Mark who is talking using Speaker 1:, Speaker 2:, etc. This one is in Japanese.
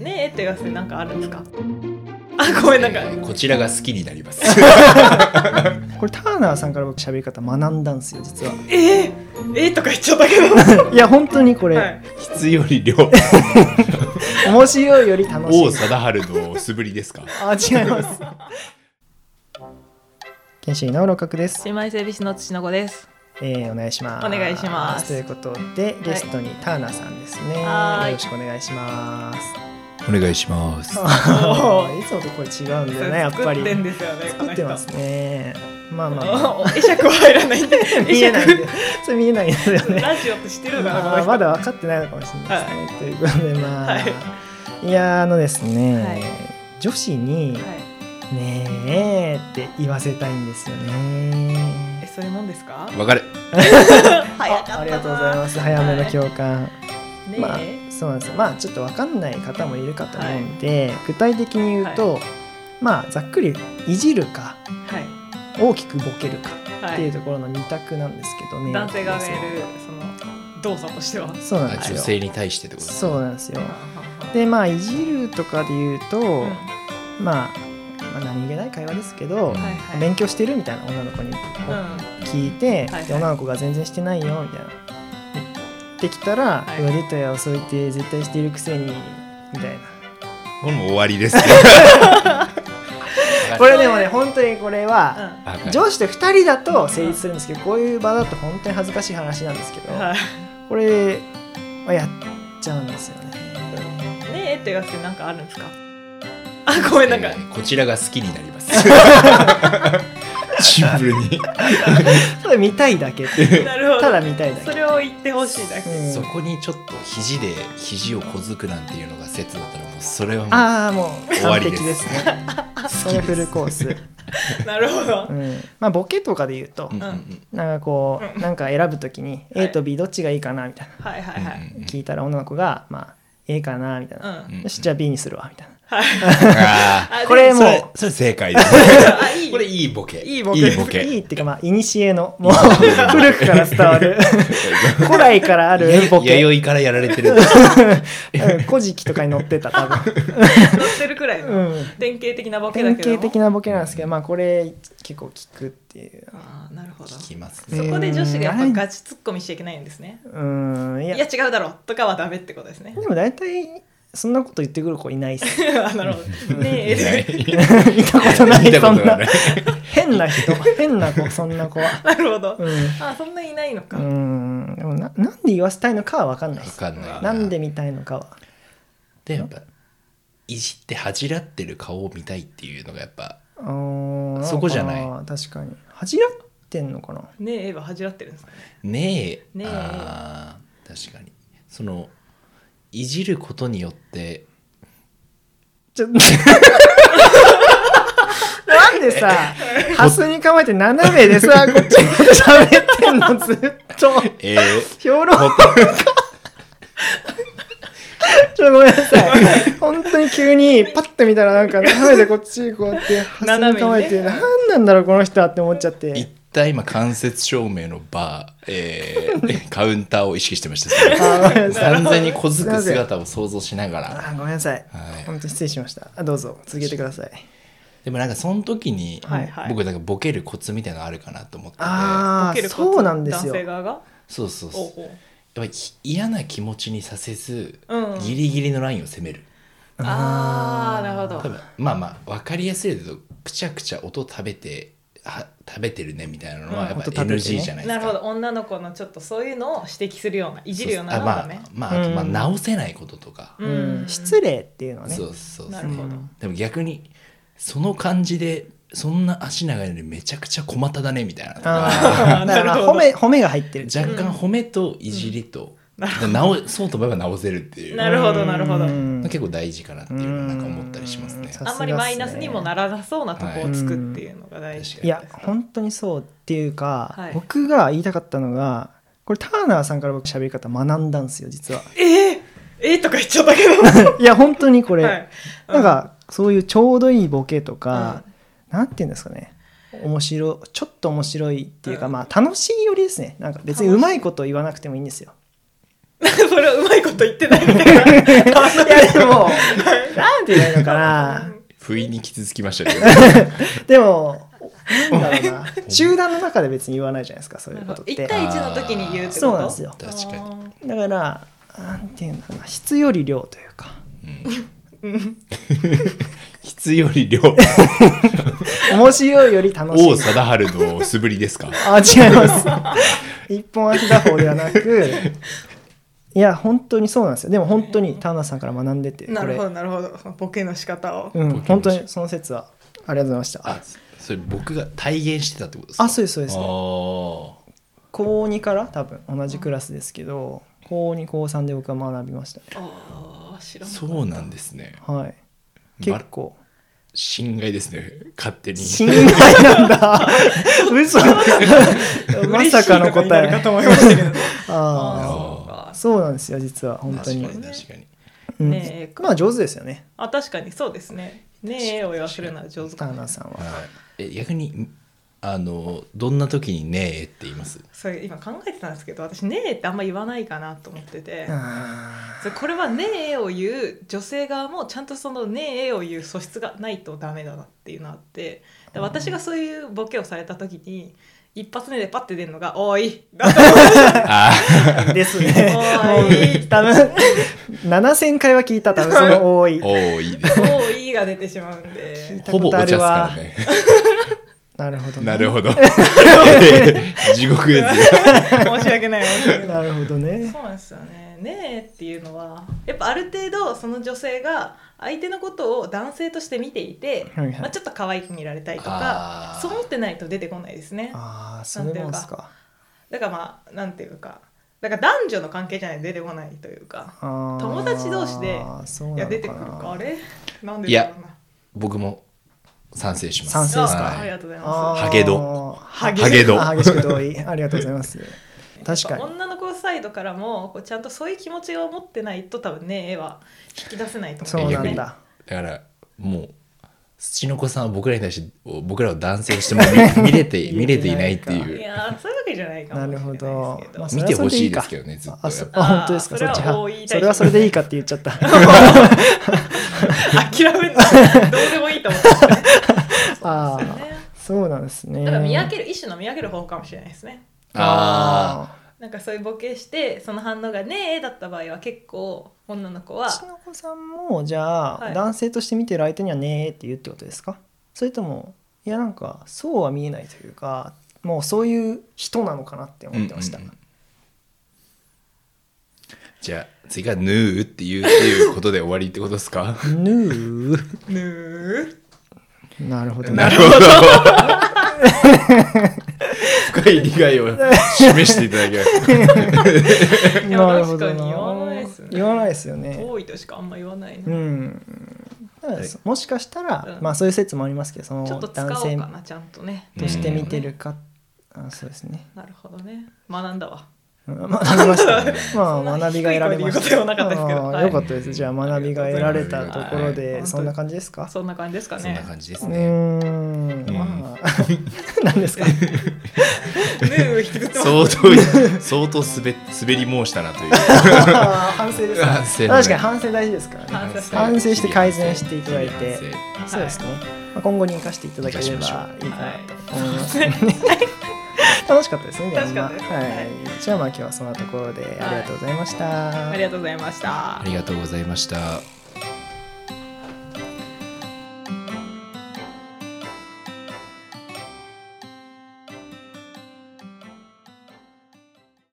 Speaker 1: ねえってやつなんかあるんですか あごめんなんか
Speaker 2: こちらが好きになります
Speaker 3: これターナーさんから僕喋り方学んだんですよ実は
Speaker 1: えー、えー、とか言っちゃったけど、
Speaker 3: いや本当にこれ、
Speaker 1: はい、
Speaker 2: 質より量
Speaker 3: 面白いより楽 しい
Speaker 2: 王貞治の素振りですか
Speaker 3: あ違います研修医の六角です、
Speaker 1: 新米整備士の土の子です
Speaker 3: えー、お願いします
Speaker 1: お願いします
Speaker 3: ということでゲストにターナーさんですね、
Speaker 1: はーい
Speaker 3: よろしくお願いします
Speaker 2: お願いします
Speaker 1: お
Speaker 3: いつもとこれ違うんだよねやっ
Speaker 1: 作
Speaker 3: ぱ
Speaker 1: っ
Speaker 3: り
Speaker 1: てんですよね
Speaker 3: 作ってますねまあまあまあ
Speaker 1: おお会釈は入らないんで
Speaker 3: 見えないん
Speaker 1: 会
Speaker 3: で それ見えないんですよ
Speaker 1: 釈
Speaker 3: ね
Speaker 1: ラジオって知ってるかなこ
Speaker 3: ま
Speaker 1: の
Speaker 3: あ
Speaker 1: 人
Speaker 3: まだ分かってないのかもしれないですね、ということでまあ、
Speaker 1: はい
Speaker 3: い、やーあのですね、
Speaker 1: はい
Speaker 3: 女子に
Speaker 1: はい
Speaker 3: 「ねえ」って言わせたいんですよ
Speaker 1: え
Speaker 3: ね
Speaker 1: それなんですか
Speaker 2: わかる
Speaker 1: 早かったな
Speaker 3: ありがとうございます早めの共感、
Speaker 1: ねえ、
Speaker 3: まあそうなんですよまあちょっと分かんない方もいるかと思うんで、具体的に言うと、まあざっくりいじるか
Speaker 1: はい
Speaker 3: 大きくボケるか
Speaker 1: は
Speaker 3: っていうところの二択なんですけどね、
Speaker 1: 男性がめるその動作としては
Speaker 3: そうなん
Speaker 2: あ
Speaker 3: です
Speaker 2: 女
Speaker 3: よ
Speaker 2: 性に対してってこと
Speaker 3: そうなんですよ
Speaker 1: で、
Speaker 3: でまあいじるとかで言うと、
Speaker 1: うんは
Speaker 3: まあ、まあ何気ない会話ですけど、
Speaker 1: いはい
Speaker 3: 勉強してるみたいな女の子に
Speaker 1: うん
Speaker 3: 聞いて、
Speaker 1: はいはい
Speaker 3: で女の子が全然してないよみたいな言ってきたら
Speaker 1: は
Speaker 3: 「
Speaker 1: い
Speaker 3: い、や出たよそう言って絶対してるくせに」みたいな
Speaker 2: これもう終わりですね
Speaker 3: これでもね本当にこれは、
Speaker 1: う
Speaker 2: わかる
Speaker 3: 上司と2人だと成立するんですけど、こういう場だと本当に恥ずかしい話なんですけど、
Speaker 1: んはい
Speaker 3: これまあやっちゃうんですよね。
Speaker 1: ねえってやつなんかあるんですかあごめんなんか、
Speaker 2: えーこちらが好きになりますシンプルに
Speaker 3: ただ見たいだけっていう
Speaker 1: なるほど
Speaker 3: ただ見たいだけ
Speaker 1: そ。れを言ってほしいだけ、
Speaker 3: う ん
Speaker 2: そこにちょっと肘で肘をこづくなんていうのが説だったらもうそれはもう
Speaker 3: ああもう
Speaker 2: 終わ
Speaker 3: 完
Speaker 2: り
Speaker 3: 璧
Speaker 2: です
Speaker 3: ですね。それフルコース。
Speaker 1: なるほど、
Speaker 3: うん、まあボケとかで言うと、
Speaker 2: うんうんうん
Speaker 3: なんかこうなんか選ぶときに A と B どっちがいいかなみたいな
Speaker 1: はいはいはい、
Speaker 2: うんうん
Speaker 3: 聞いたら女の子がまあ A かなみたい
Speaker 1: うん
Speaker 3: な、
Speaker 2: うん
Speaker 3: よしじゃあ B にするわみたいな、
Speaker 2: あー
Speaker 1: あ
Speaker 3: これ
Speaker 1: で
Speaker 3: も
Speaker 2: それそれ正解ですね
Speaker 1: あいい
Speaker 2: これいいボケ
Speaker 1: いいボケです
Speaker 3: いいっていうかまあ古のもう古くから伝わる古来からあるボケ
Speaker 2: 弥生からやられてるんです
Speaker 3: うん古事記とかに載ってた多分、
Speaker 1: 乗ってるくらいの、
Speaker 3: うん、
Speaker 1: 典型的なボケだ
Speaker 3: 典
Speaker 1: けども
Speaker 3: 型的なボケなんですけどまあこれ結構聞くっていう
Speaker 1: あーなるほど
Speaker 2: 聞
Speaker 1: そ
Speaker 2: きます
Speaker 3: うん
Speaker 2: ね
Speaker 1: こで女子がやっぱガチツッコミしちゃいけないんですね
Speaker 3: うんいや
Speaker 1: いや違うだろとかはダメってことですね
Speaker 3: でも大体そんなこと言ってくる子いないっす よ
Speaker 1: あなるほどねえ
Speaker 2: ない
Speaker 3: 見たことない
Speaker 2: 見た
Speaker 3: そ
Speaker 2: こ
Speaker 3: ん
Speaker 2: とが
Speaker 3: な
Speaker 2: ない
Speaker 3: 変な人変な子そんな子は
Speaker 1: なるほど、
Speaker 3: うん
Speaker 1: あそんないないのか、
Speaker 3: うーんでもななんで言わせたいのかは分かんないで
Speaker 2: わ
Speaker 3: す
Speaker 2: かんない
Speaker 3: なんで見たいのかは
Speaker 2: でやっぱいじって恥じらってる顔を見たいっていうのがやっぱ
Speaker 3: あー
Speaker 2: そこじゃない
Speaker 3: のか確かに恥じらってんのかな
Speaker 1: ねえエヴァ恥じらってるんですかね
Speaker 2: ねえ
Speaker 1: ねえ
Speaker 2: あー確かにそのいじることによって
Speaker 3: ちょなんでさハスに構えて斜めでさこっちに喋ってんのずっと
Speaker 2: えー、
Speaker 3: 評論家ちょっとごめんなさい本当に急にパッと見たらなんか斜めでこっちこうやってハスに構え
Speaker 1: 斜め
Speaker 3: て
Speaker 1: にね
Speaker 3: 何なんだろうこの人はって思っちゃって
Speaker 2: 一体今間接照明のバー、え ーカウンターを意識してました
Speaker 3: あー ごめんなさい
Speaker 2: 完全に小づく姿を想像しながら、
Speaker 3: あーごめんなさい、
Speaker 2: はい
Speaker 3: 本当に失礼しましたあどうぞ続けてください
Speaker 2: でもなんかその時に、
Speaker 1: はいはい
Speaker 2: 僕なんかボケるコツみたいなのあるかなと思ってて
Speaker 3: あ
Speaker 1: ボケ
Speaker 3: あ
Speaker 1: るこ
Speaker 3: そうなんですよ
Speaker 1: 男性側が
Speaker 2: そうそうそう
Speaker 1: おうおう
Speaker 2: やっぱり嫌な気持ちにさせず、
Speaker 1: うん
Speaker 2: ギリギリのラインを攻める
Speaker 1: ああなるほど
Speaker 2: 多分まあまあ分かりやすいけどくちゃくちゃ音食べては食べてるねみたいなのはやっぱ
Speaker 3: うん音食べてね
Speaker 2: NG じゃないです
Speaker 1: な
Speaker 2: か、
Speaker 1: るほど女の子のちょっとそういうのを指摘するようないじるような
Speaker 2: あ
Speaker 1: の
Speaker 2: ま
Speaker 1: がね
Speaker 2: あ、まあ、あとまあ
Speaker 3: うん
Speaker 2: 直せないこととか、
Speaker 1: う
Speaker 3: うん、失礼っていうのはね
Speaker 2: そうそうそう
Speaker 1: なるほど
Speaker 2: でも逆にその感じでそんな足長いのにめちゃくちゃ小股だねみたいなとか
Speaker 1: あ
Speaker 3: あ
Speaker 1: ー
Speaker 3: あだからま
Speaker 1: なる
Speaker 3: あ
Speaker 1: ほど
Speaker 3: 褒め褒めが入って る
Speaker 2: 若干褒めといじりと、
Speaker 1: なる
Speaker 2: 直そうと思えば直せるっていう
Speaker 1: なるほどなるほど
Speaker 3: うん
Speaker 2: 結構大事かなっていうのはなんか思ったりしますね
Speaker 3: うん
Speaker 1: あんまりマイナスにもならなそうなとこをつくっていうのが大事
Speaker 2: はい
Speaker 3: や本当にそうっていうか、
Speaker 1: はい
Speaker 3: 僕が言いたかったのがこれターナーさんから僕喋り方学んだんですよ 実は
Speaker 1: ええええとか言っちゃった けど
Speaker 3: いや本当にこれ、
Speaker 1: はい
Speaker 3: なんかそういうちょうどいいボケとか、なんて言うんですかね面白いちょっと面白いっていうか、
Speaker 1: うん
Speaker 3: まあ楽しいよりですねなんか別にうまいこと言わなくてもいいんですよ
Speaker 1: それはうまいこと言ってないみた いな。
Speaker 3: いやで もなんて言えばいいのかな
Speaker 2: 不意に傷つきましたけど
Speaker 3: でもなんだろうな集団の 中で別に言わないじゃないですかそういうことっ
Speaker 1: 一
Speaker 3: て
Speaker 1: 対一の時に言うってこと
Speaker 3: そうなんですよ
Speaker 2: 確かに
Speaker 1: に。
Speaker 3: だからなんていうのかな質より量というか
Speaker 2: 質より量
Speaker 3: 面白いより楽しい
Speaker 2: 王貞治の素振りですか
Speaker 3: あ違います一本足打法ではなくいや本当にそうなんですよでも本当に田村さんから学んでて
Speaker 1: な
Speaker 3: こ
Speaker 1: る
Speaker 3: れ
Speaker 1: ほどなるほどそのボケの仕方を、
Speaker 3: うん本当にその説はありがとうございました
Speaker 2: あそれ僕が体現してたってことですか
Speaker 3: あそう
Speaker 2: う
Speaker 3: ですそうです
Speaker 2: ああ
Speaker 3: 高2から多分同じクラスですけど高2高3で僕は学びましたね
Speaker 1: ああ知らん
Speaker 2: そうなんですね
Speaker 3: はい
Speaker 2: ま
Speaker 3: 結構
Speaker 2: 侵害ですね勝手に
Speaker 3: 心外 なんだ嘘まさかの
Speaker 1: 嬉しいとにな
Speaker 3: 答
Speaker 1: るか
Speaker 3: え
Speaker 1: と思いましたけど
Speaker 3: あ
Speaker 1: あ
Speaker 3: あ
Speaker 1: ーそ
Speaker 3: そうなんですよ実は本当
Speaker 2: 確
Speaker 3: に
Speaker 2: かに確かに
Speaker 3: うん
Speaker 1: ねえ
Speaker 3: まあ上手ですよね
Speaker 1: うかあ確かにそうですねねえを言わせるのは上手
Speaker 3: 田
Speaker 1: か
Speaker 3: 村
Speaker 1: な
Speaker 3: さんは
Speaker 2: はい、え逆にあのどんな時に「ねえ」って言います
Speaker 1: それ今考えてたんですけど私「ねえ」ってあんま言わないかなと思ってて、
Speaker 3: あ
Speaker 1: それこれは「ねえ」を言う女性側もちゃんとその「ねえ」を言う素質がないとダメだなっていうのあってだから私がそういうボケをされた時に一発目でパッて出るのが「おい!」だと思う
Speaker 2: あ
Speaker 3: ーですね
Speaker 1: おーい
Speaker 3: 多分7000回は聞いた多分その多い
Speaker 2: あおおいいで
Speaker 1: 「
Speaker 2: す
Speaker 1: おい!」が出てしまうんで。
Speaker 2: ほぼお茶っすからね
Speaker 3: なるほどね
Speaker 2: なるほど地獄絵図
Speaker 1: 申し訳ない申し訳ない
Speaker 3: なるほどね
Speaker 1: そうなんですよね「ねえ」っていうのはやっぱある程度その女性が相手のことを男性として見ていて、
Speaker 3: はいはい
Speaker 1: まあ、ちょっと可愛く見られたいと
Speaker 2: あ
Speaker 1: か
Speaker 2: ー
Speaker 1: そう思ってないと出てこないですね
Speaker 3: ああそういうもんすか
Speaker 1: だからまあなんていうかだから男女の関係じゃないと出てこないというか
Speaker 3: 友
Speaker 1: 友達同士でいや出てくるかあれなんでだろうな
Speaker 2: 僕も賛成します
Speaker 3: 賛成ですか
Speaker 1: ああり
Speaker 2: はい
Speaker 1: がとうございます
Speaker 2: ハゲ
Speaker 3: ド
Speaker 1: ハゲ
Speaker 2: ハゲド
Speaker 3: 激しく同意ありがとうございます確か
Speaker 1: やっぱ
Speaker 3: に
Speaker 1: 女の子サイドからもこうちゃんとそういう気持ちを持ってないと多分ねえは引き出せないと
Speaker 3: そ
Speaker 1: 思
Speaker 3: う
Speaker 1: う
Speaker 3: なんだ
Speaker 2: だからもう土の子さんは僕らに対して僕らを男性としても見見 れて見れていないって
Speaker 1: い
Speaker 2: いう
Speaker 1: やーそういうわけじゃないかもしれないですけ
Speaker 3: なるほどまあ
Speaker 2: 見てほしいですけどねずっと
Speaker 3: あそ
Speaker 2: やっぱ
Speaker 3: あ本当ですか
Speaker 1: あー
Speaker 3: そっち
Speaker 1: それは多い
Speaker 3: 派
Speaker 1: 大
Speaker 3: それはそれでいいかって言っちゃった
Speaker 1: 諦めたどうでもいいと思ってたんです
Speaker 3: あ
Speaker 1: よ
Speaker 3: あ
Speaker 1: ね。
Speaker 3: そうなんですね
Speaker 1: だから見分ける一種の見分ける方法かもしれないですね。
Speaker 2: あ
Speaker 3: あ
Speaker 1: なんかそういうボケしてその反応がねえだった場合は結構女の子は
Speaker 3: あちの子さんもじゃあ、
Speaker 1: はい
Speaker 3: 男性として見てる相手にはねえって言うってことですかそれともいやなんかそうは見えないというかもうそういう人なのかなって
Speaker 2: ーうんう
Speaker 3: 思っ
Speaker 2: ん
Speaker 3: て
Speaker 2: う
Speaker 3: ました、
Speaker 2: んじゃあ次が「ヌー」っていうっていうことで終わりってことですか
Speaker 3: ぬー
Speaker 1: ぬー
Speaker 3: なるほどね
Speaker 2: なるほど。深い理解を示していただきました。
Speaker 1: いや
Speaker 3: なるほ ど
Speaker 1: 確かに言わないですね
Speaker 3: 言わないですよね
Speaker 1: 多いとしかあんま言わないな、
Speaker 3: うんだからそもしかしたら、
Speaker 1: うん
Speaker 3: まあそういう説もありますけどその
Speaker 1: ちょっと使おう
Speaker 3: 男
Speaker 1: か
Speaker 3: 性
Speaker 1: なちゃんとね
Speaker 3: として見て
Speaker 1: う
Speaker 3: る
Speaker 1: ん
Speaker 3: か、あそうですね、
Speaker 1: なるほどね学んだわ
Speaker 3: うんまあ、学び ましたまあ学びが得られまし
Speaker 1: そ
Speaker 3: た
Speaker 1: んな低い声で言うことではなかったですけど
Speaker 3: あー
Speaker 1: はい
Speaker 3: よかったですじゃあ学びが得られたところ
Speaker 1: は
Speaker 3: で
Speaker 1: い
Speaker 3: そんな感じですか
Speaker 1: そんな感じですか
Speaker 2: そんな
Speaker 1: ね
Speaker 2: 感じです
Speaker 3: う
Speaker 2: ね。
Speaker 3: ー
Speaker 2: うんん
Speaker 3: まあ 何で すか
Speaker 1: ぬー引きずってます
Speaker 2: 相当、相当滑滑り申したなという。
Speaker 3: あー反省 ですか
Speaker 2: 反省
Speaker 3: 確かに反省大事ですからね
Speaker 1: 反省して
Speaker 3: 反省して改善していただいて
Speaker 2: 反省
Speaker 3: そうですね、まあ、今後に生かしていただければいい
Speaker 2: 生
Speaker 3: か
Speaker 2: か
Speaker 3: なと思います、楽しかったですねでも
Speaker 1: 楽しかったです
Speaker 3: まあは
Speaker 1: はい
Speaker 3: い、じゃあまあ今日はそんなところでありがとうございました、
Speaker 1: ありがとうございました
Speaker 2: ありがとうございました。